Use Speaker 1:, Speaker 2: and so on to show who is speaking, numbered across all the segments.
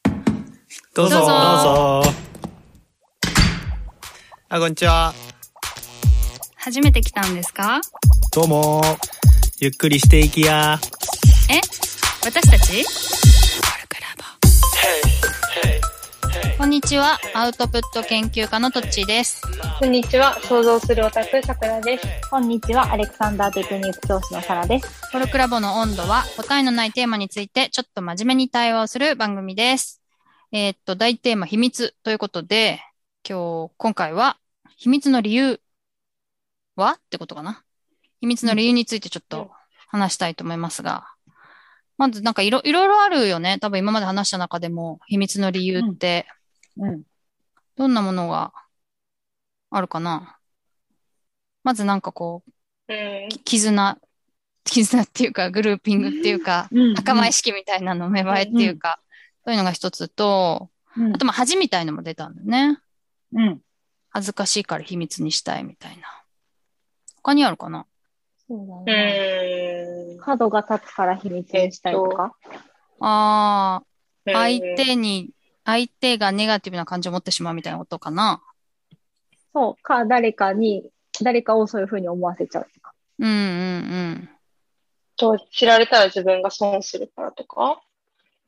Speaker 1: どうぞ
Speaker 2: どうぞ
Speaker 1: あ、こんにちは。
Speaker 2: 初めて来たんですか
Speaker 1: どうも。ゆっくりしていきや。
Speaker 2: え私たちこんにちは。アウトプット研究家のとっちーです。
Speaker 3: こんにちは。想像するオタク、さくらです。
Speaker 4: こんにちは、アレクサンダーテクニック教師のサラです。
Speaker 2: コルクラボの温度は答えのないテーマについてちょっと真面目に対話をする番組です。えーっと、大テーマ秘密ということで、今日、今回は秘密の理由はってことかな。秘密の理由についてちょっと話したいと思いますが、まずなんかいろいろいろあるよね。多分今まで話した中でも秘密の理由って
Speaker 4: うん。
Speaker 2: どんなものがあるかな。まずなんかこう、
Speaker 3: うん。
Speaker 2: き絆、絆っていうかグルーピングっていうか、
Speaker 4: うん
Speaker 2: 仲間意識みたいなの芽生えっていうか、そういうのが一つと、
Speaker 4: うん
Speaker 2: あとまあ恥みたいのも出たんだよね。
Speaker 4: うん。
Speaker 2: 恥ずかしいから秘密にしたいみたいな。他にあるかな
Speaker 4: そうだ
Speaker 3: う
Speaker 4: ね。
Speaker 3: ん。
Speaker 4: 角が立つから秘密にしたいとか。
Speaker 2: ああ、相手に、相手がネガティブな感情を持ってしまうみたいなことかな。
Speaker 4: そう。か、誰かに、誰かをそういう風に思わせちゃうとか。
Speaker 2: うんうんうん。
Speaker 3: と、知られたら自分が損するからとか。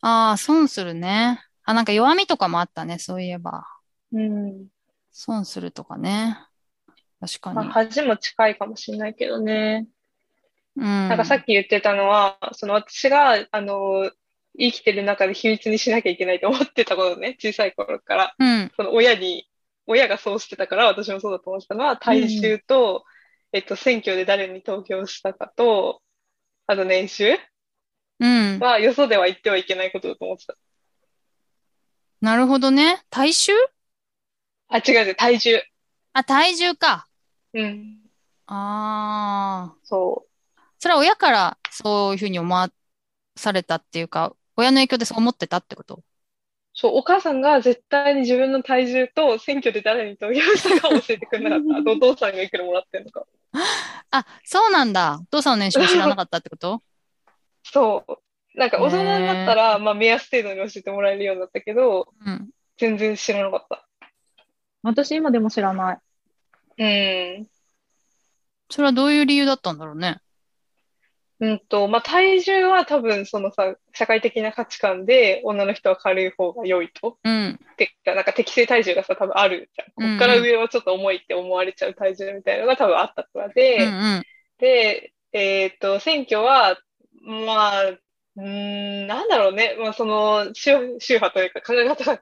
Speaker 2: ああ、損するね。あ、なんか弱みとかもあったね、そういえば。
Speaker 3: うん。
Speaker 2: 損するとかね。確か
Speaker 3: まあ、
Speaker 2: に。
Speaker 3: 恥も近いかもしれないけどね。
Speaker 2: うん。
Speaker 3: なんかさっき言ってたのは、その私が、あの、生きてる中で秘密にしなきゃいけないと思ってたことね、小さい頃から。
Speaker 2: うん。
Speaker 3: その親に、親がそうしてたから私もそうだと思ってたのは、大衆と、えっと、選挙で誰に投票したかと、あと年収
Speaker 2: うん。
Speaker 3: はよそでは言ってはいけないことだと思ってた。
Speaker 2: なるほどね。体臭
Speaker 3: あ、違う違う、体重。
Speaker 2: あ、体重か。
Speaker 3: うん。
Speaker 2: ああ。
Speaker 3: そ
Speaker 2: それは親からそういうふうに思わされたっていうか、親の影響でそう思ってたってこと
Speaker 3: う。そう、お母さんが絶対に自分の体重と選挙で誰に投票したかを教えてくれなかった。 あとお父さんがいくらもらってんのか。
Speaker 2: あ、そうなんだ。お父さんの年収も知らなかったってこと
Speaker 3: そう。なんか大人になったら、まあ目安程度に教えてもらえるようになったけど、
Speaker 2: うん。
Speaker 3: 全然知らなかった。
Speaker 4: 私今でも知らない。
Speaker 3: うん。
Speaker 2: それはどういう理由だったんだろうね。
Speaker 3: うんと、まあ体重は多分そのさ、社会的な価値観で女の人は軽い方が良いと。
Speaker 2: うん。
Speaker 3: てか、なんか適正体重がさ、多分あるじゃん。こっから上はちょっと重いって思われちゃう体重みたいなのが多分あったからで、
Speaker 2: うんうん。
Speaker 3: で、えっと、選挙は、まあ、うーん、なんだろうね、まあ、その宗、宗派というか考え方が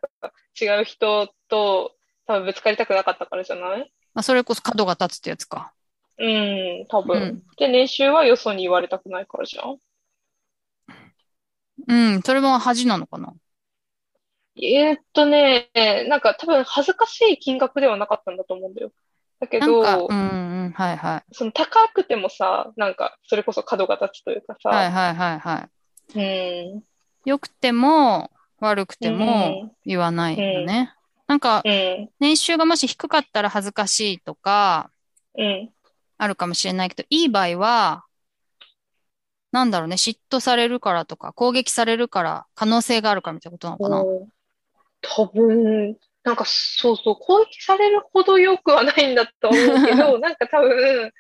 Speaker 3: 違う人と多分ぶつかりたくなかったからじゃない
Speaker 2: まあ、それこそ角が立つってやつか。
Speaker 3: うん、多分。
Speaker 2: うん
Speaker 3: で、年収はよそに言われたくないからじゃん。
Speaker 2: うん。それも恥なのかな。
Speaker 3: えーっとね、なんか多分恥ずかしい金額ではなかったんだと思うんだよ。だけ
Speaker 2: なんか、
Speaker 3: ど、
Speaker 2: うんうん。はいはい。
Speaker 3: その高くてもさ、なんか、それこそ角が立つというか
Speaker 2: はい
Speaker 3: さ、
Speaker 2: はいはいは
Speaker 3: うん、
Speaker 2: い。良くても、悪くて
Speaker 3: う
Speaker 2: も言わないよね。なんか、
Speaker 3: うん、
Speaker 2: 年収がもし低かったら恥ずかしいとか、
Speaker 3: うん、
Speaker 2: あるかもしれないけど、いい場合は、なんだろうね、嫉妬されるからとか、攻撃されるから、可能性があるからみたいなことなのかな。
Speaker 3: うん多分、なんかそうそう、攻撃されるほど良くはないんだと思うけど、なんか多分、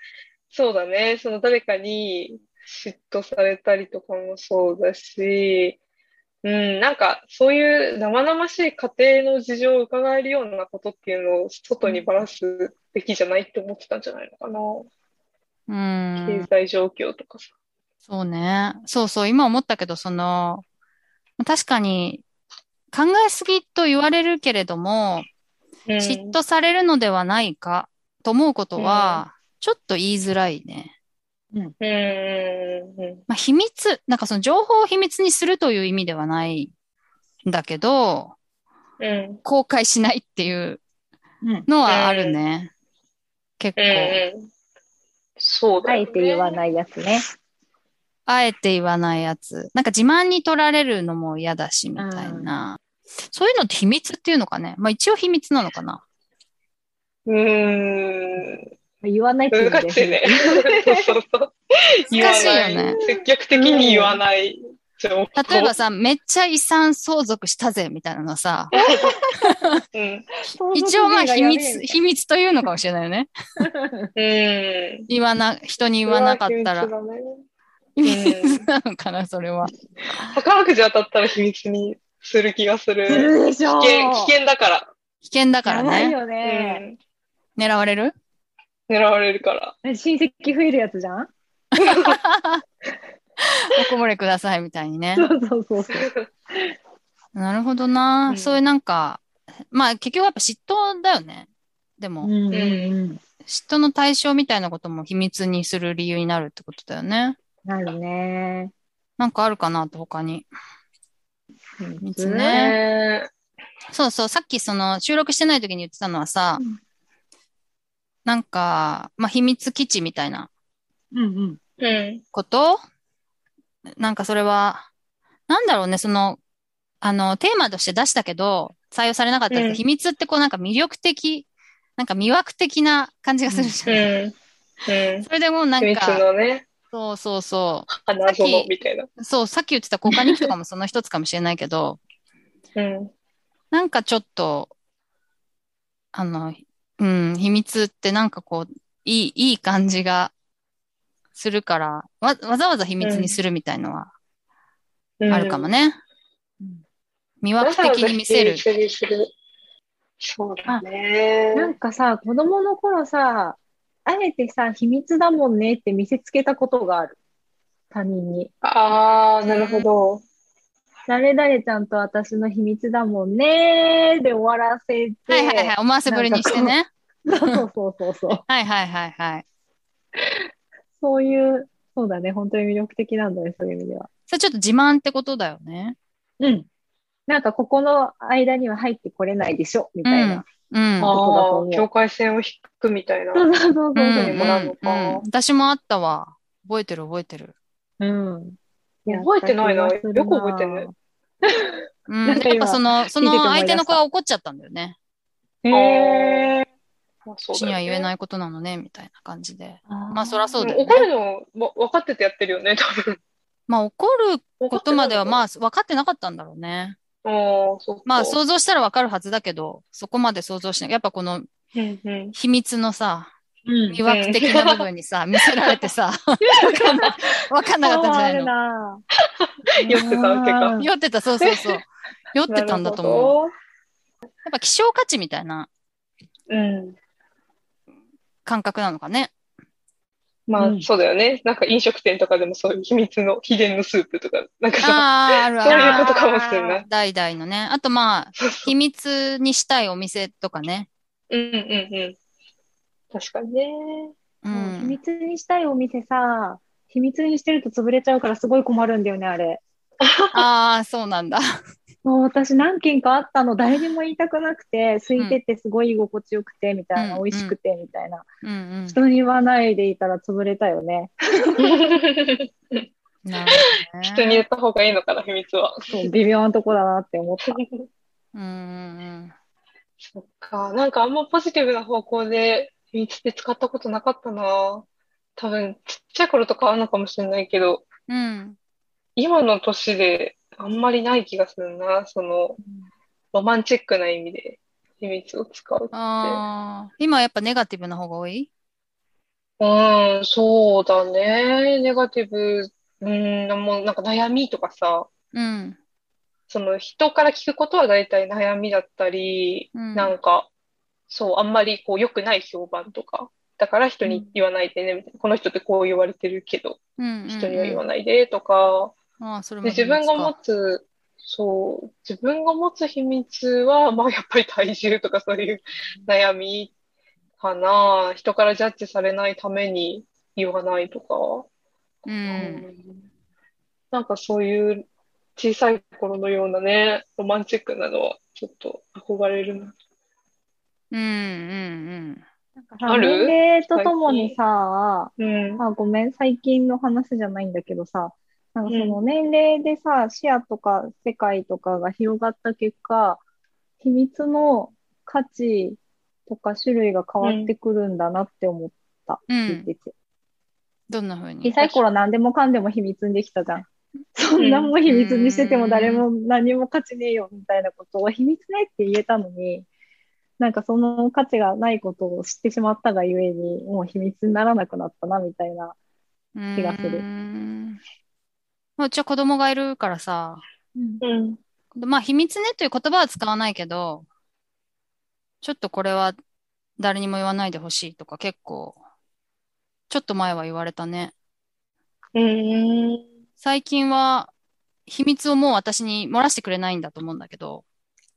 Speaker 3: そうだね、その誰かに嫉妬されたりとかもそうだし、うん、なんかそういう生々しい家庭の事情を伺えるようなことっていうのを外にばらすべきじゃないって思ってたんじゃないのか
Speaker 2: う
Speaker 3: な。
Speaker 2: ん
Speaker 3: 経。済状況とかさ。
Speaker 2: そうね。そうそう、今思ったけど、その、確かに、考えすぎと言われるけれども、
Speaker 3: うん、
Speaker 2: 嫉妬されるのではないかと思うことは、ちょっと言いづらいね。
Speaker 3: うん、うん、うん
Speaker 2: まあ、秘密、なんかその情報を秘密にするという意味ではないんだけど、
Speaker 3: うん、
Speaker 2: 公開しないっていう
Speaker 4: うん。
Speaker 2: のはあるね。結
Speaker 3: うん、
Speaker 2: 構。
Speaker 3: うん。そうだ
Speaker 4: あ
Speaker 3: よ
Speaker 4: えて言わ
Speaker 3: ね。
Speaker 4: ないやつね。
Speaker 2: あえて言わないやつ。なんか自慢に取られるのも嫌だし、みたいな。そういうのって秘密っていうのかね。まあ一応秘密なのかな。
Speaker 3: うーん、
Speaker 4: 言わないっていうの
Speaker 3: 難しいね。そうそうそう。言わ
Speaker 2: 難しいよ
Speaker 3: ない
Speaker 2: ね。
Speaker 3: 積極的に言わない。ちゃ思う。
Speaker 2: 例えばさ、めっちゃ遺産相続したぜ、みたいなのさ、
Speaker 3: うん。
Speaker 2: 一応まあ秘
Speaker 4: 相
Speaker 2: 密、
Speaker 4: 続税
Speaker 2: 秘密というのかもしれないよね。
Speaker 4: がやべえみたいな
Speaker 3: うん。
Speaker 2: 言わな、人に言わなかったら
Speaker 3: それ。は
Speaker 2: 秘
Speaker 3: 秘密だね密だね
Speaker 2: 密 なのかな、それは。
Speaker 3: 宝くじ当たったら秘密にする気がす
Speaker 4: す
Speaker 3: る。
Speaker 4: るでしょ
Speaker 3: 危険、危険だか
Speaker 2: 危険だから
Speaker 4: やばい
Speaker 2: ね。
Speaker 4: よ
Speaker 3: ら。
Speaker 4: ね。
Speaker 2: 狙われる
Speaker 3: うん。狙われるから。
Speaker 4: 親戚増えるやつじゃん
Speaker 2: おこぼれください、みたいにね
Speaker 4: そ。うそうそうそう。
Speaker 2: なるほどな、
Speaker 3: うん
Speaker 2: そういうなんか、まあ結局やっぱ嫉妬だよね。でも、
Speaker 4: うん
Speaker 3: う
Speaker 4: うん
Speaker 3: ん
Speaker 2: 嫉妬の対象みたいなことも秘密にする理由になるってことだよね。
Speaker 4: なるね。
Speaker 2: なんかあるかなと他に。秘密ね
Speaker 3: ね
Speaker 2: そうそう、さっきその収録してない時に言ってたのはさ、
Speaker 4: うん
Speaker 2: なんか、まあ秘密基地みたいな
Speaker 4: うんうん。
Speaker 3: え。
Speaker 2: ことなんかそれは、なんだろうね、その、あの、テーマとして出したけど、採用されなかったやつ
Speaker 3: うん
Speaker 2: 秘密ってこうなんか魅力的、なんか魅惑的な感じがするじゃ
Speaker 3: うん。
Speaker 2: ん。
Speaker 3: うん。うん。
Speaker 2: それでもうな
Speaker 3: 秘
Speaker 2: ん
Speaker 3: 密
Speaker 2: か、
Speaker 3: のね、
Speaker 2: そうそうそ
Speaker 3: 花園みたいな。
Speaker 2: う、そう、さっき言ってた交換日記とかもその一つかもしれないけど、
Speaker 3: うん。
Speaker 2: なんかちょっと、あの、うん、秘密ってなんかこう、いい、いい感じがするから、わ、わざわざ秘密にするみたいのは
Speaker 3: うん
Speaker 2: あるかもね。
Speaker 4: うん
Speaker 2: 魅惑的に見せる
Speaker 3: わ。ざわざ秘密にする。そうだね。
Speaker 4: なんかさ、子供の頃さ、あえてさ、秘密だもんねって見せつけたことがある。他人に。
Speaker 3: ああ、なるほど。
Speaker 4: 誰々ちゃんと私の秘密だもんねで終わらせて。
Speaker 2: はいはいはい、思わせぶりにしてね。
Speaker 4: そうそうそうそう。
Speaker 2: はいはいはいはい。
Speaker 4: そういう、そうだね。本当に魅力的なんだね、そういう意味では。
Speaker 2: それちょっと自慢ってことだよね。
Speaker 4: うん。なんか、ここの間には入ってこれないでしょ、みたいな。
Speaker 2: うん。
Speaker 4: あそうだと
Speaker 3: あ
Speaker 4: 思
Speaker 3: あ、
Speaker 4: う
Speaker 3: 境界線を引くみたいな。
Speaker 4: そうそうそう
Speaker 2: う
Speaker 4: そ
Speaker 2: ん
Speaker 4: う。
Speaker 3: でもらうのか
Speaker 2: うんうん私もあったわ。覚えてる覚えてる。
Speaker 4: うん。
Speaker 3: 覚えてないな
Speaker 4: やった気がするな
Speaker 3: よく覚えてる。
Speaker 2: うん。や
Speaker 4: な
Speaker 2: っ
Speaker 4: んか今
Speaker 2: ぱその、そ
Speaker 4: 聞いてて
Speaker 2: の
Speaker 4: 思い出
Speaker 2: 相
Speaker 4: した
Speaker 2: 手の子が怒っちゃったんだよね。
Speaker 4: へえ。
Speaker 3: まあ、そうう
Speaker 2: ち
Speaker 3: だ
Speaker 2: に
Speaker 3: よ
Speaker 2: は
Speaker 3: ね
Speaker 2: 言えないことなのね、みたいな感じで。ま
Speaker 4: ま
Speaker 2: あそらそうだよ
Speaker 3: うん
Speaker 2: ね。
Speaker 3: 怒るのも分かっててやってるよね、多分。
Speaker 2: まあ怒る
Speaker 3: 怒
Speaker 2: こ
Speaker 3: って
Speaker 2: とまではま
Speaker 3: あ、
Speaker 2: あ分かってなかったんだろうね。
Speaker 3: ああ、そっか。
Speaker 2: まあ想像したら分かるはずだけど、そこまで想像しない。やっぱこの
Speaker 3: うんうん。
Speaker 2: 秘密のさ、
Speaker 4: うん
Speaker 2: 魅惑的な部分にさ、見せられて さ、分かんな分かんなかったんじゃないの
Speaker 4: ない
Speaker 3: 酔ってたわけか
Speaker 2: 酔ってた、そうそう そう。酔ってたんだと思う。
Speaker 3: う。
Speaker 2: やっぱ希少価値みたいな
Speaker 3: うん。
Speaker 2: 感覚なのかね。
Speaker 3: まあ、
Speaker 4: うん
Speaker 3: そうだよね。なんか飲食店とかでもそういう秘密の秘伝のスープとか、なんかさ、
Speaker 2: ああ、ある
Speaker 3: そういう
Speaker 2: あ
Speaker 3: こ
Speaker 2: る。
Speaker 3: とかもしれない。
Speaker 2: 代々のね。あとまあ、秘密にしたいお店とかね。
Speaker 3: うんうんうん。確かにね。
Speaker 2: う
Speaker 4: 秘
Speaker 2: ん。
Speaker 4: 密にしたいお店さ、秘密にしてると潰れちゃうからすごい困るんだよね、あれ。
Speaker 2: ああ、そう なんだ。
Speaker 4: もう私何軒かあったの、誰にも言いたくなくて、空いててすごい居心地よくて、みたいな、
Speaker 2: うん
Speaker 4: 美味しくて、みたいな。
Speaker 2: うん
Speaker 4: 人に言わないでいたら潰れたよね。
Speaker 2: うん。なるほどね。
Speaker 3: 人に言った方がいいのかな、秘密は。
Speaker 4: そう、微妙なとこだなって思った。
Speaker 2: うんうん
Speaker 3: そっか。なんかあんまポジティブな方向で秘密って使ったことなかったな。多分、ちっちゃい頃とかあるのかもしれないけど、
Speaker 2: うん。うん。
Speaker 3: 今の年であんまりない気がするな。その、ロマンチックな意味で秘密を使うって。
Speaker 2: ああ。今やっぱネガティブな方が多い
Speaker 3: うん、そうだね。ネガティブ、うん、もうなんか悩みとかさ、
Speaker 2: うん。
Speaker 3: その人から聞くことは大体悩みだったり、
Speaker 2: うん
Speaker 3: なんか、そう、あんまりこう良くない評判とか、だから人に言わないでね、みたいなこの人ってこう言われてるけど、
Speaker 2: うん。
Speaker 3: 人には言わ
Speaker 2: い。
Speaker 3: ないでとか、
Speaker 2: ああ、それ
Speaker 3: で、
Speaker 2: も
Speaker 3: 自分が持
Speaker 2: つ。
Speaker 3: つ、そう、自分が持つ秘密は、 まあやっぱり体重とかそういう悩みかな。人からジャッジされないために言わないとか。
Speaker 2: うん。
Speaker 3: なんかそういう小さい頃のようなね、ロマンチックなのはちょっと憧れるな。
Speaker 2: うんうん
Speaker 4: あ
Speaker 3: る
Speaker 4: 年齢とともにさ、
Speaker 3: うん。
Speaker 4: あ、ごめん、最近の話じゃないんだけどさ、なんかその年齢でさ、視野とか世界とかが広がった結果、秘密の価値とか種類が変わってくるんだなって思っ
Speaker 2: うん。う
Speaker 4: て
Speaker 2: ん。
Speaker 4: て、
Speaker 2: どんな風に
Speaker 4: 小さい頃何でもかんでも秘密にできたじゃん。そんなんも秘密にしてても誰も何も価値ねえよみたいなことを秘密ねって言えたのに、なんかその価値がないことを知ってしまったがゆえに、もう秘密にならなくなったなみたいな。気がする
Speaker 2: うーんまあうちは子供がいるからさ、
Speaker 3: うん。
Speaker 2: まあ秘密ねという言葉は使わないけど、ちょっとこれは誰にも言わないでほしいとか結構、ちょっと前は言われたね。
Speaker 3: うん。
Speaker 2: 最近は秘密をもう私に漏らしてくれないんだと思うんだけど、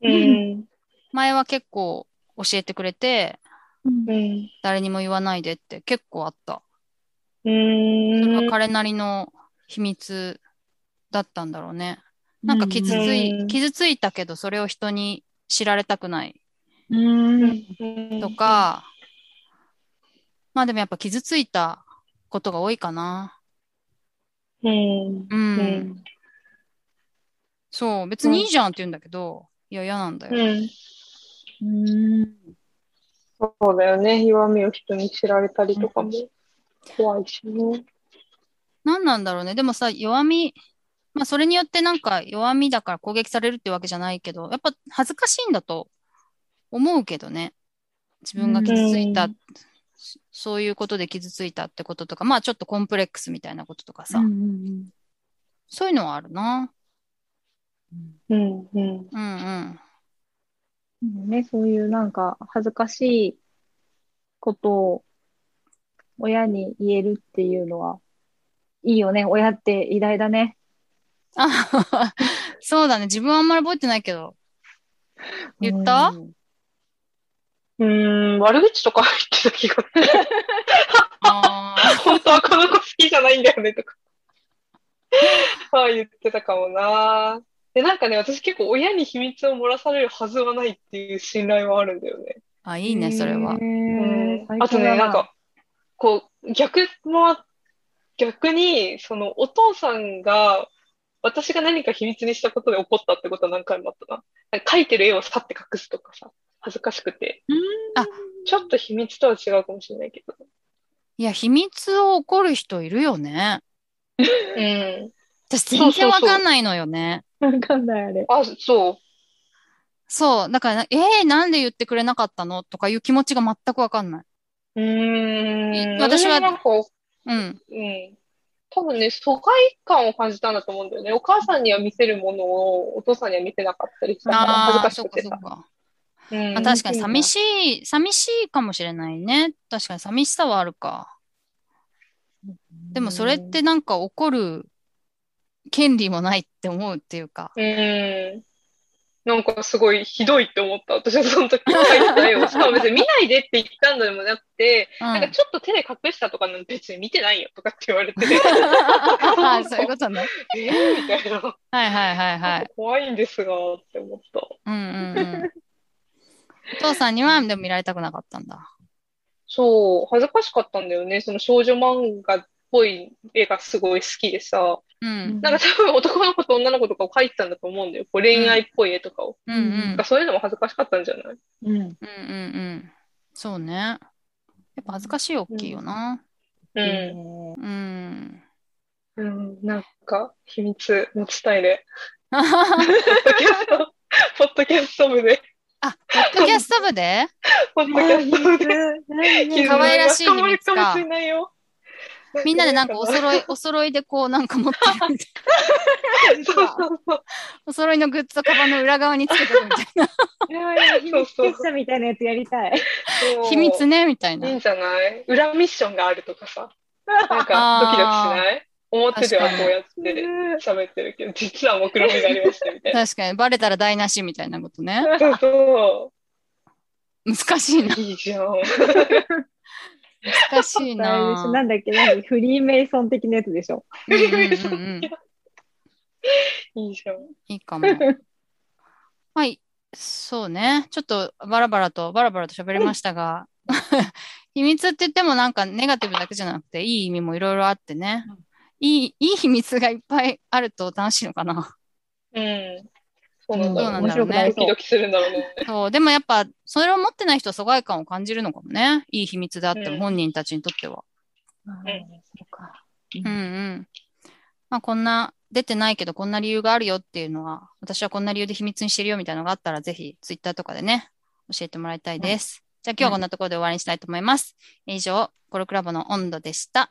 Speaker 3: うん。
Speaker 2: 前は結構教えてくれて、
Speaker 4: うん
Speaker 3: うん。
Speaker 2: 誰にも言わないでって結構あった。
Speaker 3: うん。
Speaker 2: それは彼なりの秘密だったんだろうね。なんか傷つ
Speaker 3: うん
Speaker 2: い、傷ついたけど、それを人に知られたくない
Speaker 4: うん
Speaker 2: とか、まあでもやっぱ傷ついたことが多いかな。
Speaker 3: うん。
Speaker 2: う。
Speaker 3: うんん。
Speaker 2: そう、別にいいじゃんって言うんだけど、いや、嫌なんだよ。
Speaker 3: うん。
Speaker 4: うん
Speaker 3: そうだよね。弱みを人に知られたりとかも怖いしね。
Speaker 2: 何なんだろうね。でもさ、弱み、まあそれによってなんか弱みだから攻撃されるってわけじゃないけど、やっぱ恥ずかしいんだと思うけどね。自分が傷ついた、
Speaker 3: うん
Speaker 2: そそういうことで傷ついたってこととか、まあちょっとコンプレックスみたいなこととかさ、
Speaker 4: うん
Speaker 2: そういうのはあるな。
Speaker 3: うん。うん。
Speaker 2: うんうん。
Speaker 4: うんね、そういうなんか恥ずかしいことを親に言えるっていうのはいいよね。親って偉大だね。
Speaker 2: あ そうだね。自分はあんまり覚えてないけど。言った
Speaker 4: うん
Speaker 3: うーん、悪口とか入ってた気が。
Speaker 2: あー
Speaker 3: 本当はこの子好きじゃないんだよねとか。はい、言ってたかもな。で、なんかね、私結構親に秘密を漏らされるはずはないっていう信頼はあるんだよね。
Speaker 2: あ、いいね、それは。
Speaker 4: へー最
Speaker 3: あと
Speaker 4: 高だ
Speaker 3: ね、なんか、こう、逆もあ、逆に、その、お父さんが、私が何か秘密にしたことで怒ったってことは何回もあったな。なんか描いてる絵をさって隠すとかさ、恥ずかしくて。
Speaker 2: あ
Speaker 3: ちょっと秘密とは違うかもしれないけど。
Speaker 2: いや、秘密を怒る人いるよね。
Speaker 3: うん。
Speaker 2: 私、全然わかんないのよね。
Speaker 4: わかんないあれ。
Speaker 3: あ、そう。
Speaker 2: そう、だからな、えー、なんで言ってくれなかったのとかいう気持ちが全くわかんない。
Speaker 3: うーん。
Speaker 2: 私は
Speaker 3: なんか、
Speaker 2: うん。
Speaker 3: うん。多分ね、疎外感を感じたんだと思うんだよね。お母さんには見せるものをお父さんには見せなかったりしたから恥ず
Speaker 2: ああ、
Speaker 3: かし
Speaker 2: そう
Speaker 3: く
Speaker 2: か
Speaker 3: て
Speaker 2: そう
Speaker 3: さ。
Speaker 2: か。
Speaker 3: うん
Speaker 2: まあ、確かに寂しい、寂しいかもしれないね。確かに寂しさはあるか。でもそれってなんか怒る権利もないって思うっていうか。
Speaker 3: うん。なんかすごいひどいって思った。私はその時書いてた絵を。しかも別に見ないでって言ったんでもなくて、
Speaker 2: うん。
Speaker 3: なんかちょっと手で隠したとかなんて別に見てないよとかって言われて、
Speaker 2: あ ーそういうことね。
Speaker 3: えーみたい な。
Speaker 2: はいはいはいはい。
Speaker 3: 怖いんですが、って思った。
Speaker 2: うんうんうん。お父さんにはでも見られたくなかったんだ。
Speaker 3: そう、恥ずかしかったんだよね。その少女漫画っぽい絵がすごい好きでさ。
Speaker 2: うん。
Speaker 3: なんか多分男の子と女の子とかを描いてたんだと思うんだよ。こう恋愛っぽい絵とかを。
Speaker 2: うんうん。
Speaker 3: なんかそういうのも恥ずかしかったんじゃない
Speaker 4: うん
Speaker 2: うんうんうん。そうね。やっぱ恥ずかしい大きいよな。
Speaker 3: うん。
Speaker 2: うん。
Speaker 3: うん、なんか秘密持ちたいね。
Speaker 2: あ、
Speaker 3: ポッドキャスト、 ポッドキャスト部で、
Speaker 2: ポッドキャスト部で
Speaker 3: ポッドキャスト部で、
Speaker 2: 密可愛らしい秘密か
Speaker 3: かもしれないよ。
Speaker 2: みんなでなんかお揃い、お揃いでこうなんか持ってるみたい
Speaker 3: そうそうそう。
Speaker 2: お揃いのグッズをカバンの裏側につけてるみ たいな。
Speaker 4: 秘密結社みたいなやつやりたい。
Speaker 3: そう
Speaker 2: 秘密ね、みたい
Speaker 3: いい
Speaker 2: な。
Speaker 3: んじゃない裏ミッションがあるとかさ。なんかドキドキしない表ではこうやって喋ってるけど、実は目論見みがありましたみたいな。
Speaker 2: 確かに、バレたら台無しみたいなことね。
Speaker 3: そうそ
Speaker 2: 難しいな。
Speaker 3: う。いいじゃん。
Speaker 2: 難しいな。
Speaker 4: なんだっけ、何フリーメイソン的なやつでしょ。
Speaker 2: うんうんうんうん
Speaker 3: いいじゃん。
Speaker 2: いいかも。はい。そうね。ちょっとバラバラと、バラバラと喋りましたが、 秘密って言ってもなんかネガティブだけじゃなくて、いい意味もいろいろあってね。いい、いい秘密がいっぱいあると楽しいのか な。
Speaker 3: うん。そうなんだろう
Speaker 2: うん
Speaker 4: 面
Speaker 3: ね。
Speaker 4: 白くなり
Speaker 3: ドキ
Speaker 4: そ
Speaker 3: ド
Speaker 4: う。
Speaker 3: キするんだろうね。
Speaker 2: そう。でもやっぱ、それを持ってない人は疎外感を感じるのかもね。いい秘密であって
Speaker 3: う
Speaker 2: も
Speaker 3: ん
Speaker 2: 本人たちにとっては。
Speaker 4: あーそうか
Speaker 2: うんうん。まあこんな出てないけどこんな理由があるよっていうのは、私はこんな理由で秘密にしてるよみたいなのがあったら、ぜひツイッターとかでね、教えてもらいたいです。じゃあ今日はこんなところで終わりにしたいと思います。以上、コルクラボの温度でした。